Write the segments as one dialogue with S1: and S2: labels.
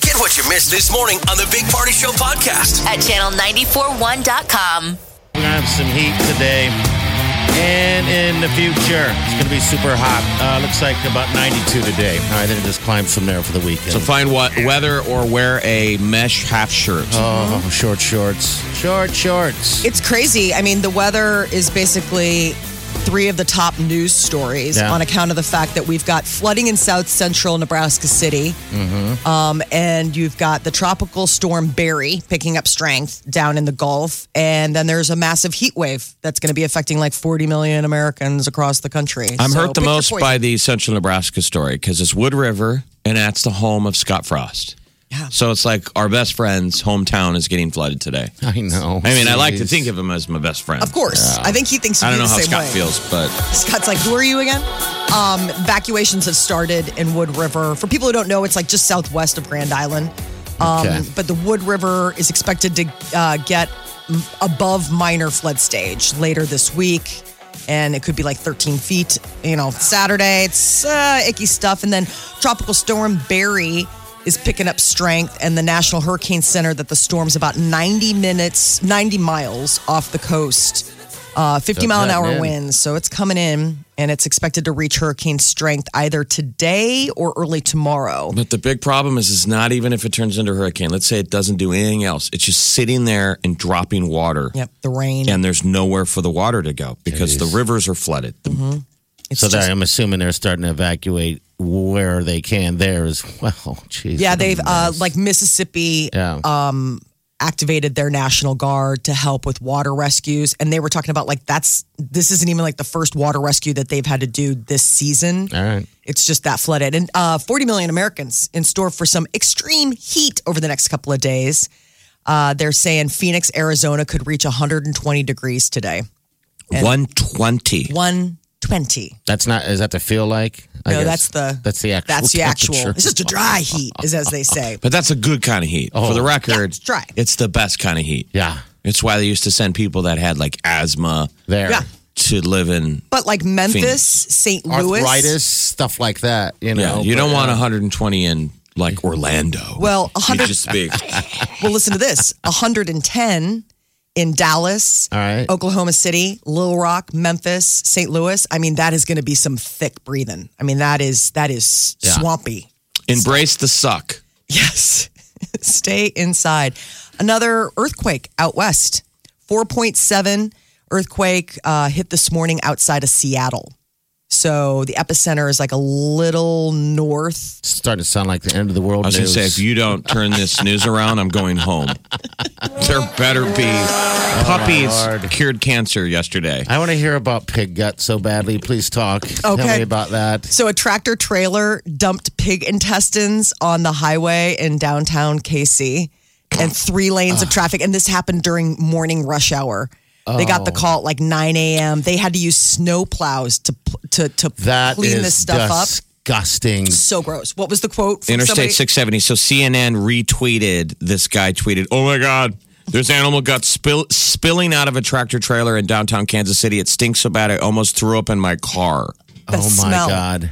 S1: Get what you missed this morning on the Big Party Show podcast.
S2: at channel941.com.
S3: We're gonna have some heat today and in the future. It's gonna be super hot. Uh, looks like about 92 today. All right, then it just climbs from there for the weekend.
S4: So find what weather or wear a mesh half shirt.
S3: oh, short shorts, short shorts.
S5: It's crazy. I mean, the weather is basically three of the top news stories
S3: Yeah.
S5: on account of the fact that we've got flooding in south central Nebraska City.
S4: Mm-hmm.
S5: Um, and you've got the tropical storm Barry picking up strength down in the Gulf. And then there's a massive heat wave that's going to be affecting like 40 million Americans across the country.
S4: I'm
S5: So
S4: hurt the
S5: pick your
S4: most
S5: poison.
S4: by the Central Nebraska story because it's Wood River and that's the home of Scott Frost.
S5: Yeah.
S4: So it's like our best friend's hometown is getting flooded today.
S3: I know.
S4: I mean, I like to
S3: Jeez.
S4: think of him as my best friend.
S5: Of course. I think he thinks
S4: I
S5: you
S4: don't know
S5: the
S4: how
S5: same
S4: Scott
S5: way.
S4: feels, but
S5: Scott's like, who are you again? Um, evacuations have started in Wood River. For people who don't know, it's like just southwest of Grand Island. Um,
S3: Okay.
S5: But the Wood River is expected to uh, get m- above minor flood stage later this week. And it could be like 13 feet, you know, Saturday. It's uh, icky stuff. And then Tropical Storm Barry is picking up strength. And the National Hurricane Center that the storm's about 90 minutes, 90 miles off the coast. Uh, 50 mile an hour
S3: cutting in.
S5: winds. So it's coming in and it's expected to reach hurricane strength either today or early tomorrow.
S4: but the big problem is is not even if it turns into a hurricane. Let's say it doesn't do anything else. It's just sitting there and dropping water.
S5: Yep, the rain.
S4: And there's nowhere for the water to go because the rivers are flooded. The
S5: It's
S3: So
S5: just-
S3: that, I'm assuming they're starting to evacuate where they can there as well. Jeez.
S5: yeah, they've uh, like Mississippi um,
S3: Yeah.
S5: activated their National Guard to help with water rescues. And they were talking about like that's this isn't even like the first water rescue that they've had to do this season.
S3: All right.
S5: It's just that flooded. And uh, 40 million Americans in store for some extreme heat over the next couple of days. Uh, they're saying Phoenix, Arizona could reach 120 degrees today.
S4: 120.
S5: 120.
S3: That's not. Is that the feel like? I
S5: no,
S3: guess.
S5: that's the
S3: That's the actual.
S5: That's the actual.
S3: temperature.
S5: It's just a dry heat, is as they say.
S4: But that's a good kind of heat. For the record,
S5: it's dry.
S4: it's the best kind of heat.
S3: Oh. Yeah.
S4: It's why they used to send people that had like asthma
S3: There.
S5: Yeah.
S4: to live in.
S5: But like Memphis, St. Louis,
S3: Arthritis, stuff like that. You
S4: Yeah,
S3: know.
S4: you don't
S3: but,
S4: want
S3: uh,
S4: 120 in like Orlando.
S5: Well, 100
S4: You'd just be
S5: Well, listen to this 110 in Dallas,
S3: All right.
S5: Oklahoma City, Little Rock, Memphis, St. Louis. I mean, that is going to be some thick breathing. I mean, that is that is
S3: Yeah.
S5: swampy.
S4: embrace the suck.
S5: Yes. Stay inside. Another earthquake out west. 4.7 earthquake uh, hit this morning outside of Seattle. So the epicenter is like a little north.
S3: It's starting to sound like the end of the world.
S4: I was going to say,
S3: news.
S4: if you don't turn this news around, I'm going home. There better be puppies
S3: Oh Lord.
S4: cured cancer yesterday.
S3: I want to hear about pig gut so badly. Please talk. Tell
S5: Okay.
S3: me about that.
S5: So a tractor trailer dumped pig intestines on the highway in downtown KC and three lanes
S3: Ah.
S5: of traffic. And this happened during morning rush hour. They got
S3: Oh.
S5: the call at like 9 a.m. They had to use snow plows to pl- to to
S3: That
S5: clean
S3: is
S5: this stuff up.
S3: disgusting.
S5: so gross. What was the quote? From
S4: Interstate 670.
S5: somebody?
S4: So CNN retweeted this guy tweeted, "Oh my god, there's animal guts spill, spilling out of a tractor trailer in downtown Kansas City. It stinks so bad I almost threw up in my car."
S5: The
S3: oh my
S5: smell.
S3: god.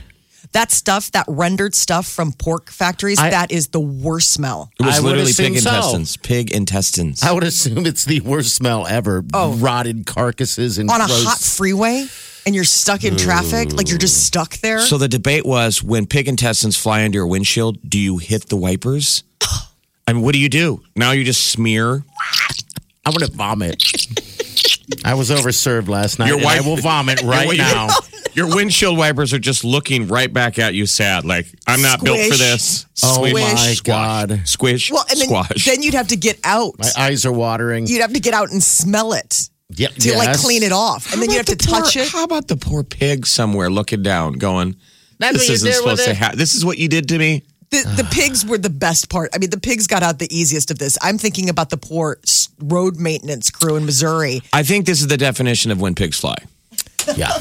S5: That stuff, that rendered stuff from pork factories,
S3: I-
S5: that is the worst smell.
S4: It was
S3: I would
S4: literally pig
S3: assume so.
S4: intestines. Pig intestines.
S3: I would assume it's the worst smell ever. Oh. Rotted carcasses and
S5: On a
S3: gross-
S5: hot freeway and you're stuck in traffic, like you're just stuck there.
S4: so the debate was when pig intestines fly into your windshield, do you hit the wipers? I mean, what do you do? Now you just smear.
S3: I want to vomit. I was overserved last night.
S4: Your
S3: and
S4: wife-
S3: I will vomit right
S4: Your-
S3: now.
S4: Your windshield wipers are just looking right back at you sad like I'm not built for
S5: Squish.
S4: this.
S3: Oh
S4: Squish,
S3: my
S4: squash,
S3: god.
S4: Squish.
S5: well, and then,
S4: squash.
S5: then you'd have to get out.
S3: My eyes are watering.
S5: You'd have to get out and smell it
S3: Yeah,
S5: to like
S3: yes.
S5: clean it off. And then you have
S4: about
S5: to
S4: Oh, the poor-
S5: touch it.
S4: How about the poor pig somewhere looking down, going,
S3: That's
S4: "This
S3: what you
S4: isn't
S3: did with
S4: supposed to
S3: it."
S4: happen. This is what you did to me."
S5: The, the pigs were the best part. I mean, the pigs got out the easiest of this. I'm thinking about the poor s- road maintenance crew in Missouri.
S4: I think this is the definition of when pigs fly
S3: Yeah.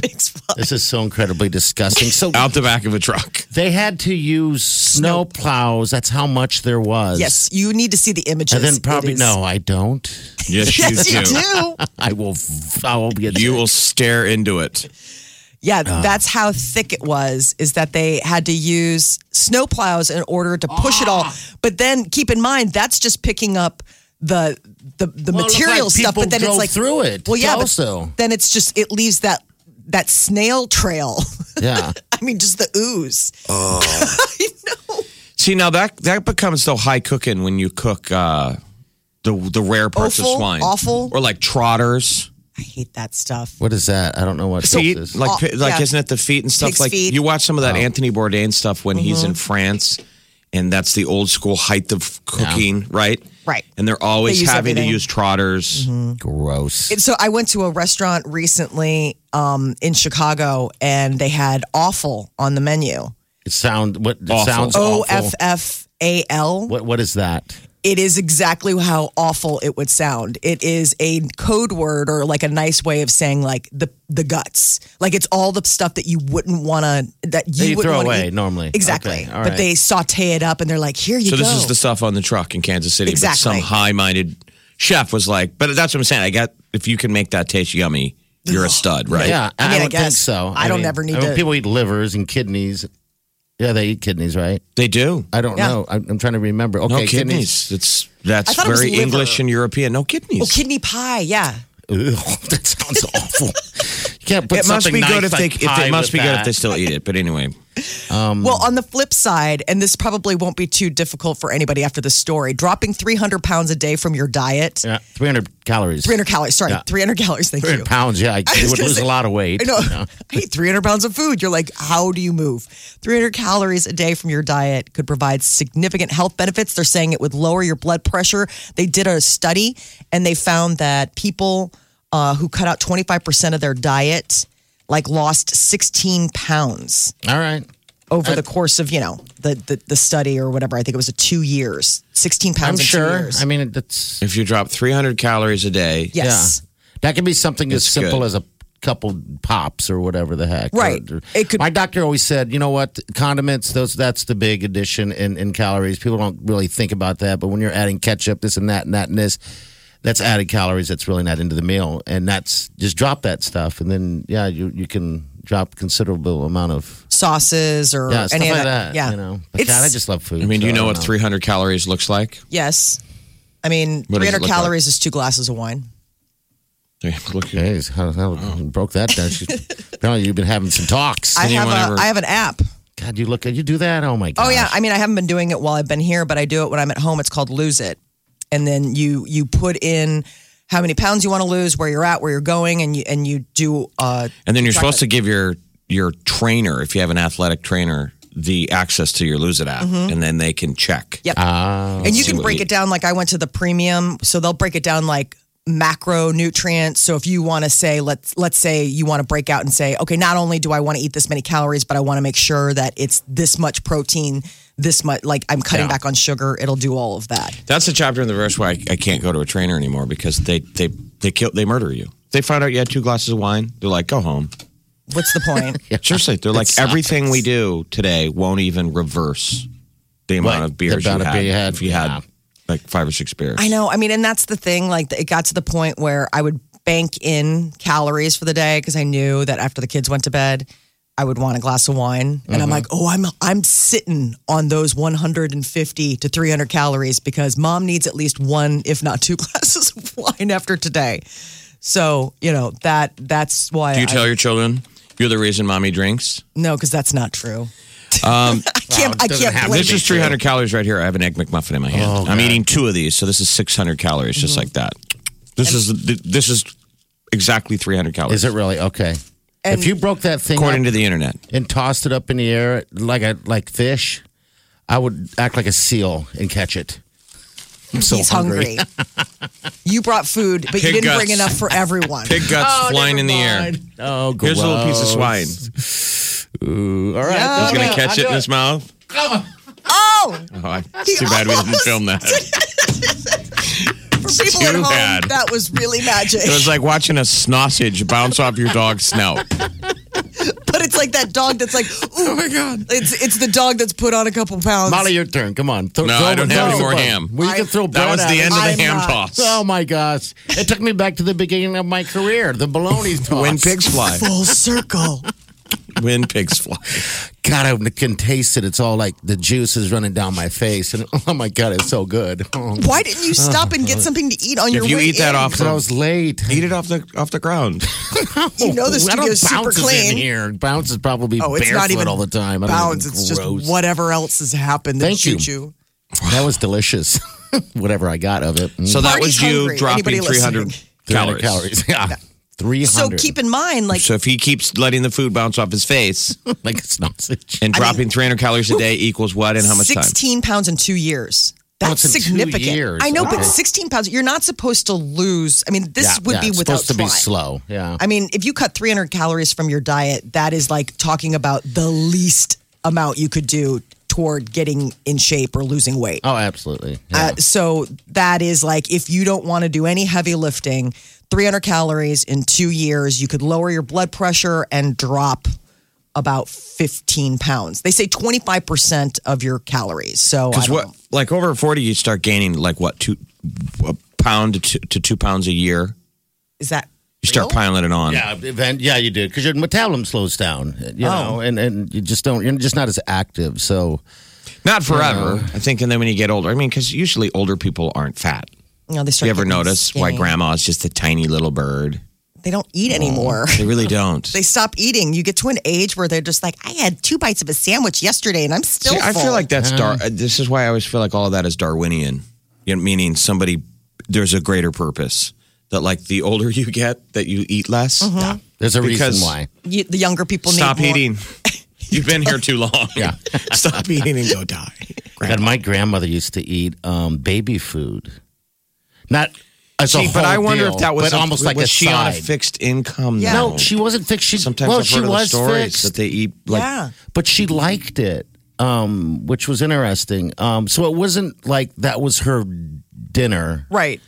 S5: Pigs fly.
S3: This is so incredibly disgusting. So
S4: out the back of a truck.
S3: they had to use snow plows. That's how much there was.
S5: Yes, you need to see the images.
S3: And then
S5: It
S3: probably
S5: is-
S3: no, I don't.
S4: Yes,
S5: Yes, you do.
S3: I will. I will be.
S4: You will stare into it.
S5: Yeah, that's how thick it was. Is that they had to use snow plows in order to push it
S3: Ah.
S5: all. But then keep in mind that's just picking up the the, the
S3: Well, it looked
S5: material
S3: like
S5: stuff.
S3: people
S5: But then it's
S3: drove
S5: like
S3: through it,
S5: Well, yeah. but
S3: also.
S5: then it's just it leaves that that snail trail.
S3: Yeah.
S5: I mean, just the ooze.
S4: See now that that becomes so high cooking when you cook uh, the the rare parts
S5: Offal?
S4: of swine,
S5: Offal?
S4: or like trotters.
S5: I hate that stuff.
S3: What is that? I don't know what
S4: feet,
S3: this is.
S4: like
S5: Oh,
S4: like
S5: yeah.
S4: isn't it the feet and stuff?
S5: Pig's
S4: like
S5: feet. Mm-hmm.
S4: you watch some of that Anthony Bourdain stuff when he's in France, and that's the old school height of cooking, right?
S5: Right.
S4: And they're always
S5: They use
S4: having
S5: everything. Mm-hmm.
S4: to use trotters.
S3: gross.
S5: So I went to a restaurant recently um, in Chicago, and they had awful on the menu.
S3: It sound what it
S4: Awful.
S3: sounds
S5: O
S3: awful.
S5: F F A L.
S3: What what is that?
S5: it is exactly how awful it would sound. It is a code word or like a nice way of saying like the the guts. Like it's all the stuff that you wouldn't want to that you,
S3: you
S5: wouldn't
S3: throw
S5: wanna
S3: away
S5: eat.
S3: normally.
S5: Exactly.
S3: Okay, all
S5: But
S3: right.
S5: they saute it up and they're like, here you
S4: So
S5: go.
S4: this is the stuff on the truck in Kansas City. But some
S5: Exactly.
S4: high-minded chef was like, "But that's what I'm saying. I got if you can make that taste yummy, you're a stud, right?
S3: Yeah,
S5: I mean, I
S3: don't think
S5: guess.
S3: so.
S5: I don't ever need
S3: I mean,
S5: to-
S3: People eat livers and kidneys. Yeah, they eat kidneys, right?
S4: they do.
S3: I don't
S5: Yeah.
S3: know. I'm, I'm trying to remember.
S4: No
S3: Okay,
S4: kidneys. It's that's
S5: I thought it was
S4: very
S5: liver.
S4: English and European. No kidneys.
S5: oh, kidney pie. Yeah.
S3: Ugh, that sounds awful. You can't put
S4: it must
S3: something
S4: be good
S3: nice
S4: if they.
S3: like
S4: If
S3: pie
S4: it must be
S3: with
S4: good if
S3: that.
S4: they still eat it. But anyway,
S3: Um,
S5: Well, on the flip side, and this probably won't be too difficult for anybody after this story, dropping 300 pounds a day from your diet,
S3: Yeah, 300 calories.
S5: 300 calories, sorry,
S3: Yeah.
S5: 300 calories, thank
S3: 300
S5: you.
S3: pounds. Yeah, I,
S5: I
S3: you
S5: was
S3: would
S5: gonna
S3: lose
S5: say-
S3: a lot of weight.
S5: I know.
S3: you know?
S5: I eat 300 pounds of food. You're like, how do you move? 300 calories a day from your diet could provide significant health benefits. They're saying it would lower your blood pressure. They did a study and they found that people uh, who cut out 25% of their diet like lost 16 pounds
S3: All right.
S5: over the course of, you know, the, the, the study or whatever. I think it was a two years, 16 pounds
S3: I'm
S5: in two
S3: sure.
S5: years.
S3: I mean, that's
S4: if you drop 300 calories a day,
S5: yes.
S3: that can be something as
S4: It's
S3: simple
S4: good.
S3: as a couple pops or whatever the heck.
S5: Right.
S3: Or- or-
S5: It could-
S3: My doctor always said, you know what, condiments, those that's the big addition in, in calories. People don't really think about that, but when you're adding ketchup, this and that and that and this, that's added calories that's really not into the meal. And that's just drop that stuff and then yeah, you you can drop considerable amount of
S5: Sauces or
S3: yeah, stuff
S5: any
S3: like
S5: of
S3: that.
S5: Yeah.
S3: You know. But
S5: It's-
S3: God, I just love food.
S4: I mean, do
S3: so
S4: you know
S3: don't
S4: what 300 calories looks like?
S5: Yes. I mean,
S4: What does it look
S5: 300
S4: like?
S5: calories is two glasses of wine.
S4: Look at
S3: Jeez, how the hell
S4: Oh.
S3: you broke that down? She, apparently, you've been having some talks.
S5: I have,
S4: Anyone
S5: a,
S4: ever-
S5: I have an app.
S3: God, you look, you do that? Oh my god!
S5: Oh yeah, I mean I haven't been doing it while I've been here, but I do it when I'm at home. It's called Lose It, and then you you put in how many pounds you want to lose, where you're at, where you're going, and you and you do. Uh,
S4: And then you're supposed to give your your trainer, if you have an athletic trainer, the access to your Lose It app, and then they can check.
S5: Mm-hmm. Yep. and you can
S4: see.
S5: break it down like I went to the premium, so they'll break it down like macronutrients. So if you want to say let's let's say you want to break out and say, okay, not only do I want to eat this many calories, but I want to make sure that it's this much protein, this much like I'm cutting back on sugar. It'll do all of that.
S4: That's the chapter in the verse where I, I can't go to a trainer anymore because they they they kill they murder you. They find out you had two glasses of wine. They're like, go home.
S5: What's the point?
S4: Seriously, they're like everything we do today won't even reverse the amount
S3: Right.
S4: of beers
S3: The
S4: you
S3: amount of
S4: had,
S3: beer you had,
S4: if you
S3: yeah.
S4: had like five or six beers.
S5: I know. I mean, and that's the thing. Like, it got to the point where I would bank in calories for the day because I knew that after the kids went to bed, I would want a glass of wine. And I'm
S4: Mm-hmm.
S5: like, oh, I'm I'm sitting on those 150 to 300 calories because mom needs at least one, if not two, glasses of wine after today. So you know that that's why.
S4: Do you
S5: I-
S4: tell your children you're the reason mommy drinks?
S5: no, because that's not true.
S4: Um,
S5: I can't. I
S3: doesn't
S5: can't.
S3: happen.
S5: Blame
S4: This is 300 calories right here. I have an egg McMuffin in my hand. I'm eating two of these, so this is 600 calories, just like that. This is th- this is exactly 300 calories
S3: Is it really okay?
S5: And-
S3: if you broke that thing
S4: according to
S3: up
S4: the internet.
S3: and tossed it up in the air like a like fish, I would act like a seal and catch it. I'm so
S5: He's hungry. you brought food, but you
S4: Pig
S5: didn't bring
S4: guts.
S5: enough for everyone.
S4: Pig guts flying in the air.
S3: Oh,
S4: Here's a little piece of
S3: gross.
S4: swine.
S3: All right,
S4: He's gonna catch it in his mouth.
S5: know.
S4: Oh, I- it's too bad we didn't film that. It
S5: For people at
S4: too
S5: home,
S4: bad.
S5: that was really magic.
S4: was like watching a sausage bounce off your dog's snout.
S5: but it's like that dog that's like, oh my god. It's it's the dog that's put on a couple pounds.
S3: Molly, your turn. Come on. Throw,
S4: No,
S3: throw-
S4: I don't have
S3: throw
S4: any
S3: the
S4: more
S3: bone.
S4: ham.
S3: Well, you can throw
S4: That
S3: bread
S4: was
S3: at
S4: the
S3: it.
S4: end of the
S5: I'm
S4: ham
S5: not.
S4: toss.
S3: Oh my gosh! It took me back to the beginning of my career. The bologna toss.
S4: When pigs fly.
S5: full circle.
S4: When pigs fly.
S3: God, I can taste it. It's all like the juice is running down my face, and oh my god, it's so good. Oh,
S5: Why didn't you stop and get something to eat on your
S4: If you
S5: way
S4: eat that
S5: in?
S4: off,
S3: but I was late.
S4: eat it off the off the ground.
S5: you know the
S3: Oh, I don't
S5: studio's super
S3: bounce is
S5: clean.
S3: in here. Bounce is probably
S5: Oh, it's
S3: barefoot
S5: not even
S3: all the time. I don't
S5: Bounds.
S3: even-
S5: It's
S3: gross.
S5: just whatever else has happened. That
S3: Thank you.
S5: shoot you.
S3: That was delicious. whatever I got of it. Mm,
S4: So that was
S5: Marty's
S4: you
S5: hungry.
S4: dropping
S5: Anybody
S4: 300
S5: listening?
S4: calories.
S3: calories. Yeah, three
S5: So
S3: hundred.
S5: keep in mind, like
S4: So if he keeps letting the food bounce off his face
S3: like a sausage.
S4: and dropping 300 calories a day equals what and how much time?
S5: 16 pounds in two years. That's
S3: Oh, it's in two
S5: significant.
S3: years.
S5: I know, but
S3: Okay.
S5: 16 pounds, you're not supposed to lose. I mean, this
S3: Yeah,
S5: would
S3: yeah,
S5: be
S3: it's
S5: without
S3: supposed to be
S5: thought.
S3: slow. Yeah.
S5: I mean, if you cut 300 calories from your diet, that is like talking about the least amount you could do toward getting in shape or losing weight.
S3: oh, absolutely. Yeah.
S5: Uh, so that is like if you don't want to do any heavy lifting, 300 calories in two years, you could lower your blood pressure and drop about 15 pounds. They say 25% of your calories. So I
S4: Because
S5: don't
S4: what,
S5: know.
S4: like over 40, you start gaining like what, two, a pound to two, to two pounds a year.
S5: is that?
S4: You start
S5: real?
S4: piling it on.
S3: Yeah, event. Yeah, you do because your metabolism slows down. You
S5: Oh.
S3: know, and and you just don't. You're just not as active. So
S4: Not forever. I think, and then when you get older, I mean, because usually older people aren't fat.
S5: No, they
S4: Do
S5: start
S4: you ever
S5: getting
S4: notice why
S5: skinny.
S4: grandma Oh. is just a tiny little bird?
S5: They don't eat anymore.
S4: They really don't.
S5: They stop eating. You get to an age where they're just like, I had two bites of a sandwich yesterday and I'm still.
S4: See, I
S5: full."
S4: feel like that's Dar. This is why I always feel like all of that is Darwinian, you know, meaning somebody there's a greater purpose. That like the older you get, that you eat less.
S3: Mm-hmm. there's a
S4: Because-
S3: reason why.
S5: You- the younger people
S4: Stop
S5: need more.
S4: eating. You've been here too long.
S3: Yeah.
S4: Stop eating and go die.
S3: God, my grandmother used to eat um, baby food. Not as a
S4: See, but
S3: whole
S4: I wonder
S3: deal,
S4: if that was
S3: but
S4: a-
S3: almost like
S4: was
S3: a
S4: she on a
S3: side.
S4: fixed income?
S5: Yeah.
S4: though?
S3: No, she wasn't fixed. She
S4: Sometimes
S3: well,
S4: I've
S3: she
S4: heard of the
S3: was
S4: stories
S3: fixed,
S4: that they eat like
S5: yeah.
S3: but she liked it, um, which was interesting. Um, so it wasn't like that was her dinner.
S5: Right.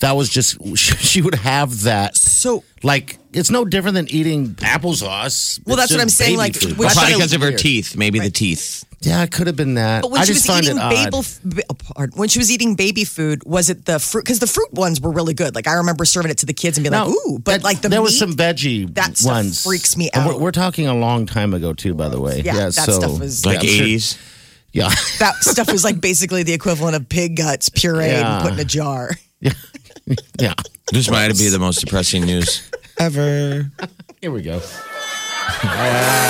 S3: That was just she, she would have that.
S5: So
S3: Like it's no different than eating applesauce.
S5: Well,
S3: It's
S5: that's what
S3: just
S5: I'm saying,
S3: baby
S5: like,
S3: food.
S5: we
S4: Well,
S5: That's
S4: probably
S5: what I
S4: because of her
S3: weird.
S4: teeth. Maybe the teeth.
S3: Yeah, it could have been that.
S5: But when
S3: I
S5: she was
S3: just find
S5: eating
S3: it
S5: baby,
S3: odd.
S5: b- oh, pardon. when she was eating baby food, was it the fruit? Because the fruit ones were really good. Like I remember serving it to the kids and being like, "Ooh!" But
S3: that-
S5: like the
S3: there
S5: meat,
S3: was some veggie
S5: that stuff
S3: ones.
S5: freaks me
S3: And we're,
S5: out.
S3: we're talking a long time ago too, by the way.
S5: Yeah, that
S3: so,
S5: stuff was-
S4: Like
S3: I'm sure-
S4: eighties.
S3: yeah,
S5: that stuff was like basically the equivalent of pig guts pureed and
S3: Yeah.
S5: put in a jar.
S3: yeah.
S4: This might be the most depressing news ever.
S3: Here we go.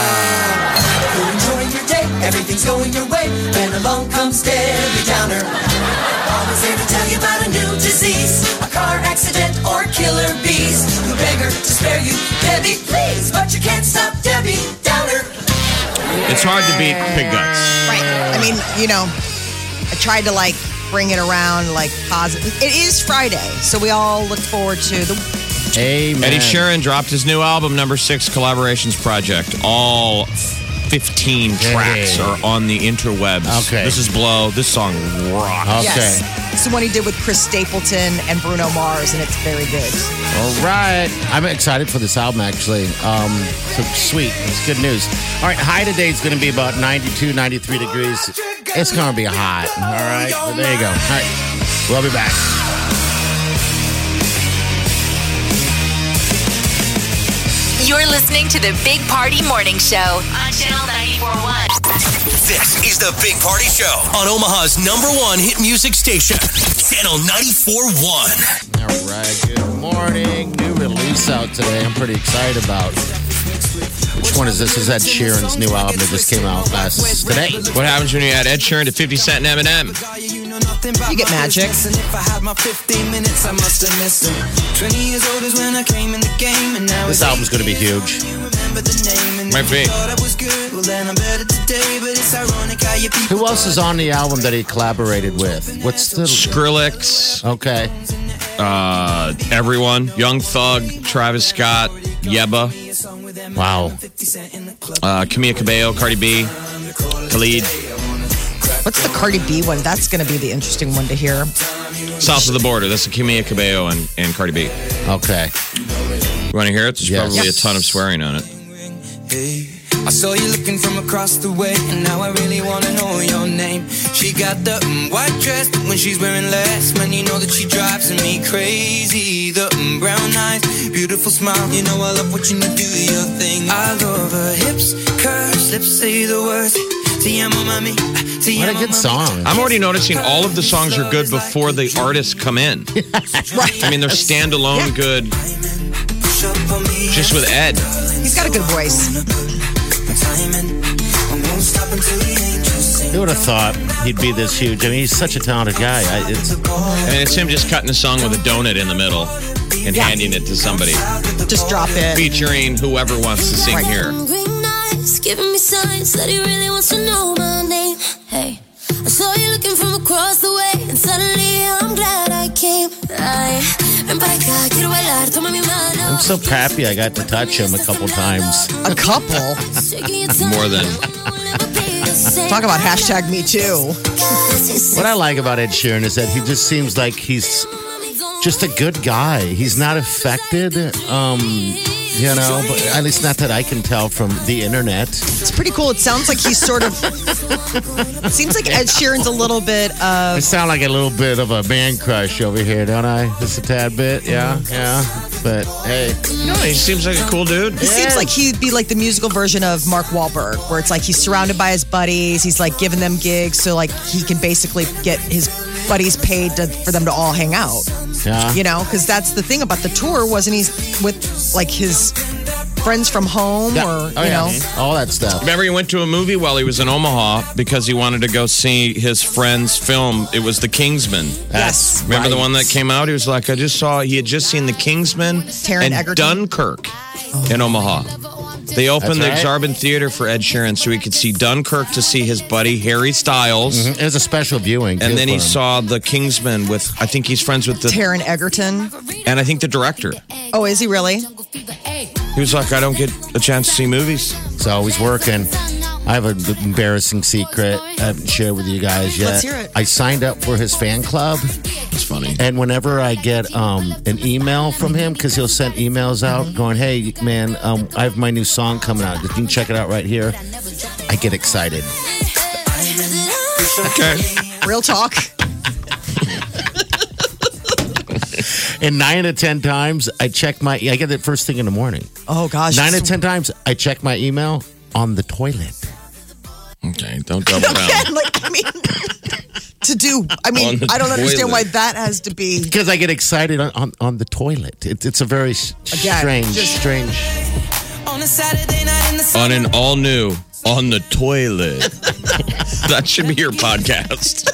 S6: You're enjoying your day, everything's going your way, and along comes Debbie Downer. Always here to tell you about a new disease, a car accident, or killer bees. We beg her to spare you, Debbie, please, but you can't stop Debbie Downer.
S4: It's hard to beat pig guts.
S5: Right. I mean, you know, I tried to like bring it around, like positive. It is Friday, so we all look forward to the.
S3: Amen.
S4: Eddie Sheeran dropped his new album, number six collaborations project. All 15 tracks
S3: Hey.
S4: are on the interwebs.
S3: Okay.
S4: This is Blow. This song rocks.
S3: Okay.
S5: Yes. It's the one he did with Chris Stapleton and Bruno Mars, and it's very good.
S3: All right. I'm excited for this album, actually. Um, so sweet. It's good news. All right. High today is going to be about 92, 93 degrees. It's going to be hot. All right. Well, there you go. All right. We'll be back.
S2: You're listening to the Big Party Morning Show on Channel 941.
S1: This is the Big Party Show on Omaha's number one hit music station, Channel 94.1.
S3: All right. Good morning. New release out today. I'm pretty excited about. Which one is this? Is that Sheeran's new album that just came out last today?
S4: What happens when you add Ed Sheeran to 50 Cent and Eminem?
S5: You get magic.
S7: And if I had my 15 minutes, I must have missed them. 20 years old is when I came in the game, and now
S3: This
S7: it's
S3: album's going to be huge.
S7: you remember the name. And
S4: Might
S7: if you
S4: be.
S7: thought I was good, well then I'm better today, but it's ironic how you people
S3: Who else is on the album that he collaborated with? What's the.
S4: Skrillex,
S3: Okay.
S4: uh, everyone, Young Thug, Travis Scott, Yeba,
S3: Wow.
S4: uh, Camila Cabello, Cardi B, Khalid.
S5: What's the Cardi B one? That's going to be the interesting one to hear.
S4: South of the border. That's Camila Cabello and, and Cardi B.
S3: Okay.
S4: You want to hear it? There's
S3: Yes.
S4: probably a
S3: Yes.
S4: ton of swearing on it.
S7: Hey, I saw you looking from across the way, and now I really wanna know your name. She got the mm, white dress but when she's wearing less. Man, you know that she drives me crazy. The mm, brown eyes, beautiful smile. You know I love watching you do your thing. I love her hips, curves, lips say the words. See, I'm a mommy. See,
S3: What a good song.
S4: I'm already noticing all of the songs are good before the artists come in. I mean, they're standalone
S5: Yeah.
S4: good just with Ed.
S5: He's got a good voice.
S3: Who would have thought he'd be this huge? I mean, he's such a talented guy. I, it's,
S4: I mean, it's him just cutting a song with a donut in the middle and
S5: Yeah.
S4: handing it to somebody,
S5: Just drop it.
S4: featuring whoever wants to sing
S5: Right.
S4: here.
S8: Green eyes, giving me signs that he really wants to know my name. Hey, I saw you looking from across the way, and suddenly I'm glad I came. Ay, ven para acá, quiero bailar, toma mi mano.
S3: I'm so happy I got to touch him a couple times.
S5: A couple.
S4: More than-
S5: Talk about hashtag me too.
S3: What I like about Ed Sheeran is that he just seems like he's just a good guy. He's not affected, um, you know, but at least not that I can tell from the internet.
S5: It's pretty cool. It sounds like he's sort of. It seems like Ed Sheeran's a little bit uh, of.
S3: I sound like a little bit of a man crush over here, don't I? Just a tad bit, yeah, yeah. But hey,
S4: No, he seems like a cool dude.
S5: He seems like he'd be like the musical version of Mark Wahlberg, where it's like he's surrounded by his buddies. He's like giving them gigs, so like he can basically get his buddies paid to, for them to all hang out.
S3: yeah.
S5: You know, because that's the thing about the tour wasn't he with like his friends from home
S3: Yeah.
S5: or
S3: Oh,
S5: you
S3: yeah.
S5: know
S3: all that stuff.
S4: Remember, he went to a movie while he was in Omaha because he wanted to go see his friend's film. It was The Kingsman.
S5: Yes.
S4: Remember the one that came out? He was like, I just saw, he had just seen The Kingsman
S5: Taron
S4: and
S5: Egerton.
S4: Dunkirk in Omaha. They opened
S3: That's
S4: the
S3: right.
S4: Exarban Theater for Ed Sheeran so he could see Dunkirk to see his buddy Harry Styles.
S3: It was a special viewing, too,
S4: And then
S3: Mm-hmm. for
S4: he saw
S3: him.
S4: The Kingsman with, I think he's friends with the,
S5: Taron Egerton.
S4: and I think the director.
S5: Oh, is he really?
S4: He was like, I don't get a chance to see movies.
S3: It's always working. I have an embarrassing secret I haven't shared with you guys yet.
S5: Let's hear it.
S3: I signed up for his fan club,
S4: It's funny.
S3: and whenever I get um, an email from him, because he'll send emails out
S5: Mm-hmm.
S3: going, "Hey, man, um, I have my new song coming out. You can check it out right here." I get excited.
S4: Okay.
S5: Real talk.
S3: And nine to ten times, I check my. I get it first thing in the morning.
S5: Oh gosh.
S3: Nine to ten times, I check my email on the toilet.
S4: Okay, don't double down.
S5: like I mean, to do. I
S4: On
S5: mean,
S4: the
S5: I don't understand why
S4: toilet.
S5: that has to be.
S3: Because I get excited on, on, on the toilet. It, it's a very s
S5: Again,
S3: strange,
S5: just-
S3: strange.
S7: On a Saturday night in the
S4: on an all new on the toilet. that should be your podcast.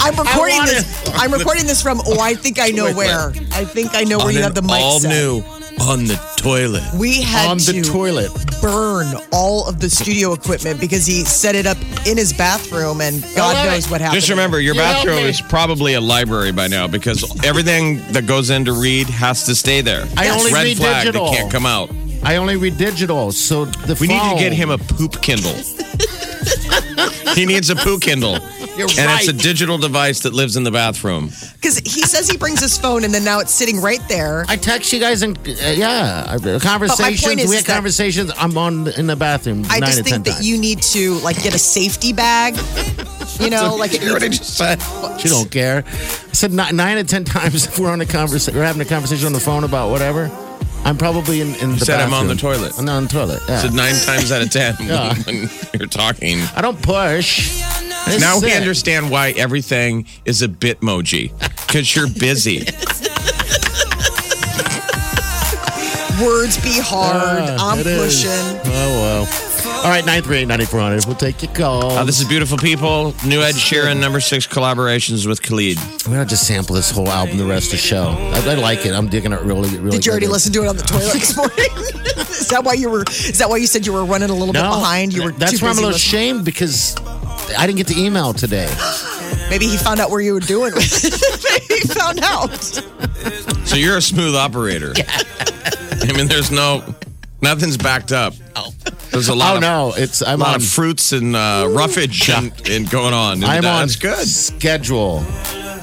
S5: I'm recording
S3: wanna-
S5: this. I'm recording this from. Oh, I think I know
S4: Wait,
S5: where. I think I know where
S4: on
S5: you
S4: an
S5: have the mic
S4: all
S5: set.
S4: new on the toilet.
S5: We had
S3: On
S5: to
S3: the toilet.
S5: burn all of the studio equipment because he set it up in his bathroom, and God knows what happened.
S4: Just remember, your bathroom is probably a library by now because everything that goes in to read has to stay there.
S3: I only
S4: Red
S3: read
S4: flag
S3: digital.
S4: that can't come out.
S3: I only read digital, so the
S4: We need to get
S3: phone-
S4: him a poop Kindle. he needs a poop Kindle.
S3: You're
S4: and it's a
S3: right.
S4: digital device that lives in the bathroom.
S5: because he says he brings his phone, and then now it's sitting right there.
S3: I text you guys and uh, yeah, I-
S5: point
S3: conversations.
S5: is
S3: we had
S5: that-
S3: conversations. I'm on in the bathroom.
S5: I
S3: nine
S5: just
S3: to ten
S5: think that
S3: times.
S5: you need to like get a safety bag. You know, like it
S4: You already
S5: needs-
S4: just said.
S3: She don't care. I said nine, nine to ten times if we're on a conversation, we're having a conversation on the phone about whatever. I'm probably in, in the
S4: said I'm
S3: bathroom.
S4: on the toilet.
S3: I'm on the toilet. Yeah.
S4: said nine times out of ten
S3: Yeah.
S4: when you're talking.
S3: I don't push. This
S4: Now
S3: is
S4: we
S3: it.
S4: understand why everything is a bitmoji because you're busy.
S5: words be hard.
S3: Yeah,
S5: I'm
S3: it Ah, is.
S5: pushing.
S3: Oh well. All right, nine three eight ninety four hundred. We'll take your call.
S4: Uh, this is beautiful people. New Ed Sheeran number six collaborations with Khalid.
S3: We're gonna just sample this whole album the rest of the show. I, I like it. I'm digging it really, really.
S5: Did you already
S3: good.
S5: listen to it on the toilet this morning? is that why you were? Is that why you said you were running a little bit behind? You were.
S3: That's
S5: too
S3: why I'm a
S5: busy
S3: little
S5: listening?
S3: ashamed because I didn't get the email today.
S4: Oh,
S5: Maybe he found out where you were doing. with it. Maybe he found out.
S4: So you're a smooth operator. I mean, there's no nothing's backed up. There's a lot.
S3: oh
S4: of,
S3: no, it's
S4: A
S3: I'm
S4: lot
S3: on
S4: of fruits and uh, roughage and, and going on. And
S3: I'm on
S4: that's good.
S3: schedule.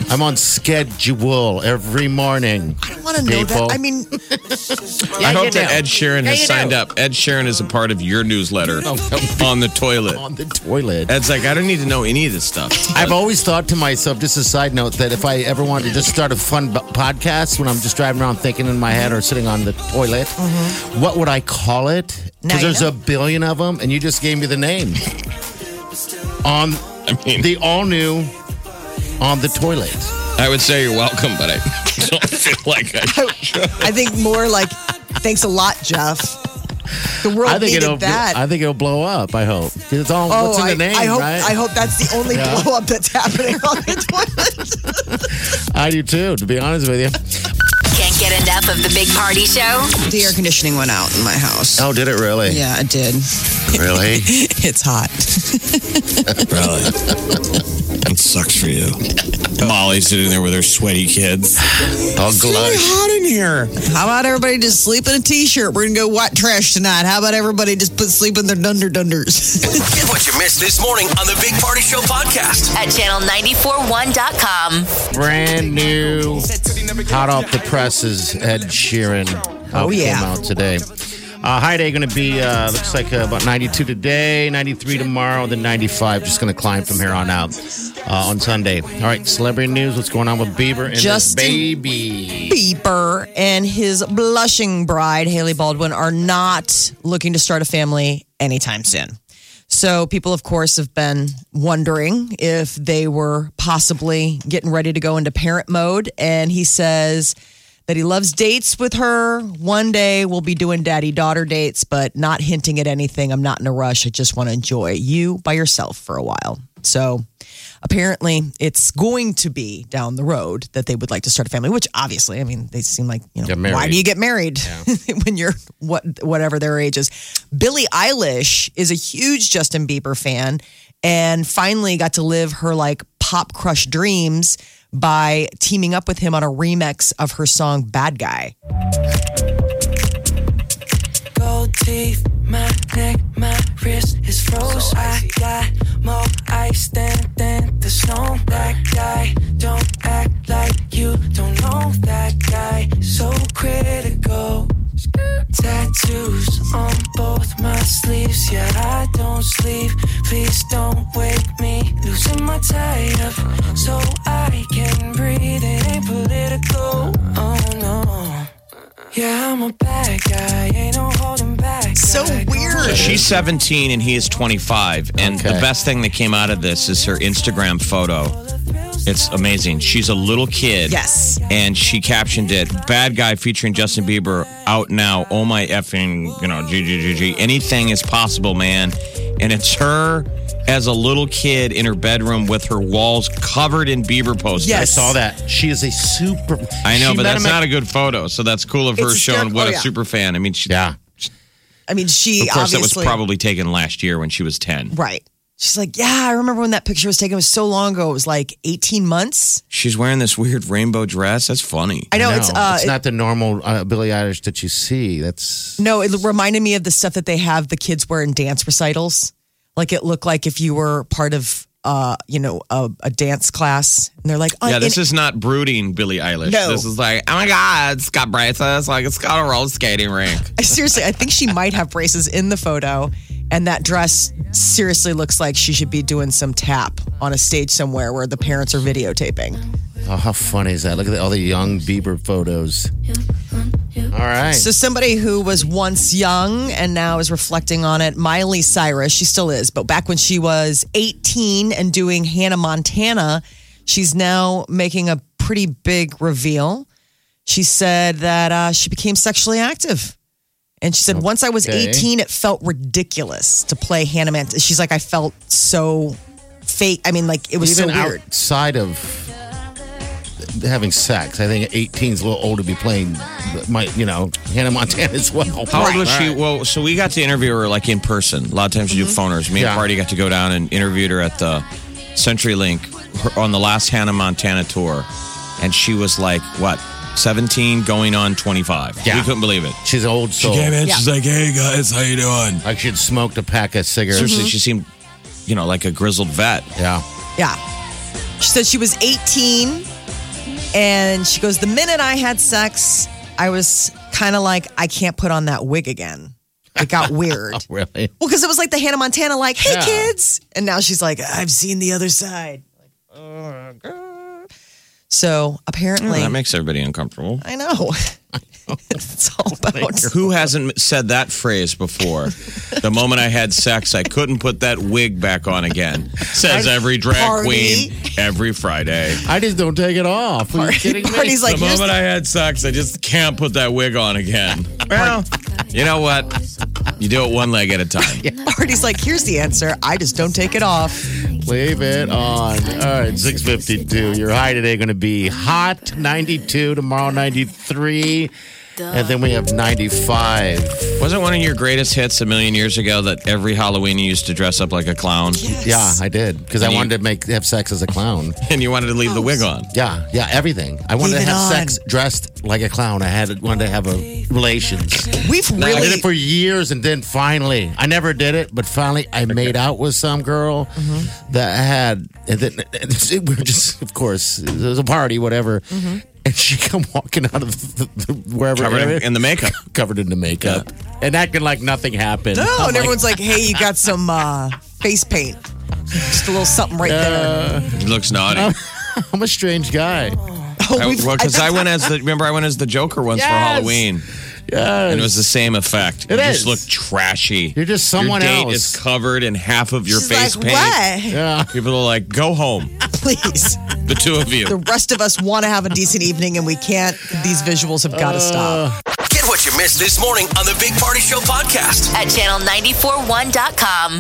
S3: I'm on schedule every morning.
S5: I want to know
S3: People.
S5: that. I mean,
S4: I
S3: you
S4: hope that
S3: do.
S4: Ed Sheeran
S3: Yeah,
S4: has
S3: you
S4: signed
S3: do. Oh,
S4: up. Ed Sheeran is a part of your newsletter on the toilet.
S3: on the toilet.
S4: Ed's like, I don't need to know any of this stuff.
S3: I've always thought to myself, just a side note, that if I ever wanted to just start a fun b- podcast when I'm just driving around thinking in my head or sitting on the toilet,
S5: Mm-hmm.
S3: what would I call it?
S5: Now
S3: Because
S5: you
S3: there's
S5: know.
S3: a billion of them, and you just gave me the name. on
S4: I mean,
S3: the all new on the toilet.
S4: I would say you're welcome, but I don't feel like I should.
S5: I think more like, thanks a lot, Jeff. The world
S3: I think
S5: needed
S3: it'll.
S5: that. Oh,
S3: I think it'll blow up. I hope 'Cause it's all what's in the
S5: I,
S3: name,
S5: I hope
S3: right?
S5: I hope that's the only
S3: Yeah.
S5: blow up that's happening on the toilet.
S3: I do too. To be honest with you.
S2: Can't get enough of the Big Party Show?
S5: The air conditioning went out in my house.
S3: Oh, did it really?
S5: Yeah, it did.
S3: Really?
S5: It's hot.
S4: Really? That sucks for you. Molly's sitting there with her sweaty kids.
S3: All glush.
S4: hot in here.
S5: How about everybody just sleep in a t-shirt? We're gonna go white trash tonight. How about everybody just put sleep in their dunder
S3: Oh,
S5: dunders?
S1: Get what you missed this morning on the Big Party Show podcast.
S2: At channel941.com.
S3: Brand new, hot off the presses, Ed Sheeran.
S5: Oh,
S3: It
S5: yeah.
S3: Came out today. Uh, high day going to be, uh, looks like uh, about 92 today, 93 tomorrow, then 95. Just going to climb from here on out uh, on Sunday. All right, celebrity news. What's going on with Bieber and his
S5: Justin-
S3: baby?
S5: Bieber and his blushing bride, Haley Baldwin, are not looking to start a family anytime soon. So, people, of course, have been wondering if they were possibly getting ready to go into parent mode. And he says that he loves dates with her. One day we'll be doing daddy daughter dates, but not hinting at anything. I'm not in a rush. I just want to enjoy you by yourself for a while. So, apparently it's going to be down the road that they would like to start a family which obviously i mean they seem like you know
S3: Get married.
S5: why do you get married when you're what whatever their age is billie eilish is a huge justin bieber fan and finally got to live her like pop crush dreams by teaming up with him on a remix of her song bad guy
S6: Gold teeth, my neck, my wrist is froze. I got more ice than, than the snow. That guy, don't act like you don't know that guy. So critical. Tattoos on both my sleeves. Yeah, I don't sleep. Please don't wake me. Losing my tie up so I can breathe. It ain't political. Oh no. Yeah, I'm a bad guy. Ain't no holding back.
S5: so
S6: guy. Don't
S5: weird
S4: She's 17 and he is 25. And the
S3: Okay.
S4: best thing that came out of this is her Instagram photo. It's amazing. She's a little kid.
S5: yes
S4: And she captioned it Bad Guy featuring Justin Bieber out now. Oh my effing, you know, GGGG. Anything is possible, man. And it's her as a little kid in her bedroom with her walls covered in Bieber posters.
S5: Yes.
S3: I saw that. She is a super.
S4: I know,
S3: She
S4: but
S3: met
S4: that's
S3: him at-
S4: not a good photo. So that's cool of her
S5: It's
S4: showing what
S5: hysterical. Oh,
S4: a
S5: yeah.
S4: super fan. I mean, she,
S3: Yeah.
S5: i mean she
S4: of course, that was
S5: obviously
S4: probably taken last year when she was 10.
S5: right she's like yeah i remember when that picture was taken it was so long ago it was like 18 months
S4: She's wearing this weird rainbow dress. That's funny.
S5: i know it's uh
S3: it's not the normal uh, Billie Eilish that you see. That's
S5: No, it reminded me of the stuff that they have the kids wear in dance recitals. Like it looked like if you were part of, uh, you know, a, a dance class, and they're like, oh,
S4: yeah, this
S5: and-
S4: is not brooding Billie Eilish.
S5: No.
S4: This is like, oh my God, it's got braces. Like, it's got a roller skating rink.
S5: I seriously, I think she might have braces in the photo, and that dress seriously looks like she should be doing some tap on a stage somewhere where the parents are videotaping.
S3: Oh, how funny is that? Look at all the young Bieber photos. All right.
S5: So somebody who was once young and now is reflecting on it, Miley Cyrus, she still is, but back when she was 18 and doing Hannah Montana, she's now making a pretty big reveal. She said that uh, she became sexually active. And she said, once I was
S3: Okay.
S5: 18, it felt ridiculous to play Hannah Montana. She's like, I felt so fake. I mean, like, it was
S3: Even
S5: so weird.
S3: outside of having sex, I think 18 is a little old to be playing, my, you know, Hannah Montana as well.
S4: How old was she? Well, so we got to interview her like in person. A lot of times you do phoners. Me
S3: Yeah.
S4: and Party got to go down and interviewed her at the CenturyLink her- on the last Hannah Montana tour, and she was like what 17 going on 25.
S9: Yeah.
S4: We couldn't believe it.
S9: She's an old soul.
S4: in.
S5: Yeah. she's
S4: like, hey, guys, how you doing?
S9: Like she'd smoked a pack of cigarettes.
S4: Seriously, she seemed, you know, like a grizzled vet.
S9: Yeah.
S5: Yeah. She said she was 18 and she goes, The minute I had sex, I was kind of like, I can't put on that wig again. It got weird. well,
S9: Really?
S5: because it was like the Hannah Montana, like, hey,
S9: Yeah.
S5: kids. And now she's like, I've seen the other side. Like, oh, God. So apparently,
S4: That makes everybody uncomfortable.
S5: I know. it's all about.
S4: Who hasn't said that phrase before? the moment I had sex, I couldn't put that wig back on again. Says every drag
S5: Party.
S4: queen every Friday.
S9: I just don't take it off. Are you kidding me?
S5: Party's like,
S4: the
S5: here's
S4: moment I had sex, I just can't put that wig on again. Well, you know what? You do it one leg at a time.
S5: Artie's like, here's the answer. I just don't take it off.
S9: Leave it on. All right, 652. Your high today going to be hot, 92. Tomorrow, 93. And then we have 95.
S4: Wasn't one of your greatest hits a million years ago that every Halloween you used to dress up like a clown
S9: Yeah, I did. Because I
S4: And you-
S9: wanted to make have sex as a clown.
S4: and you wanted to leave the wig on?
S9: Yeah, yeah, everything. I wanted to
S5: Leave it
S9: have
S5: on.
S9: sex dressed like a clown. I had wanted to have a relations.
S5: We've
S9: I did
S5: really.
S9: it for years, and then finally, I never did it, but finally, I made out with some girl
S5: Mm-hmm.
S9: that I had, and then and it- we were just, of course, it was a party, whatever.
S5: Mm-hmm.
S9: And she come walking out of the, the, wherever
S4: Covered in,
S9: area-
S4: in the makeup.
S9: covered in the makeup and acting like nothing happened.
S5: No,
S9: I'm
S5: and
S9: like,
S5: everyone's like, hey, you got some uh, face paint. Just a little something right
S9: Uh,
S5: there.
S4: It looks naughty.
S9: I'm a strange guy.
S5: Oh, we've-
S4: Because I
S5: I-
S4: went as the remember I went as the Joker once for
S9: Yes.
S4: Halloween.
S9: Yeah,
S4: And it was the same effect.
S9: It
S4: you
S9: is.
S4: just look trashy.
S9: You're just someone
S4: your date
S9: else.
S4: is covered in half of your
S5: she's
S4: face
S5: like,
S4: paint.
S5: what?
S9: yeah.
S4: People are like, go home,
S5: Please.
S4: the two of
S5: The
S4: you.
S5: rest of us want to have a decent evening and we can't. These visuals have got to stop.
S1: Get what you missed this morning on the Big Party Show podcast.
S2: At channel941.com.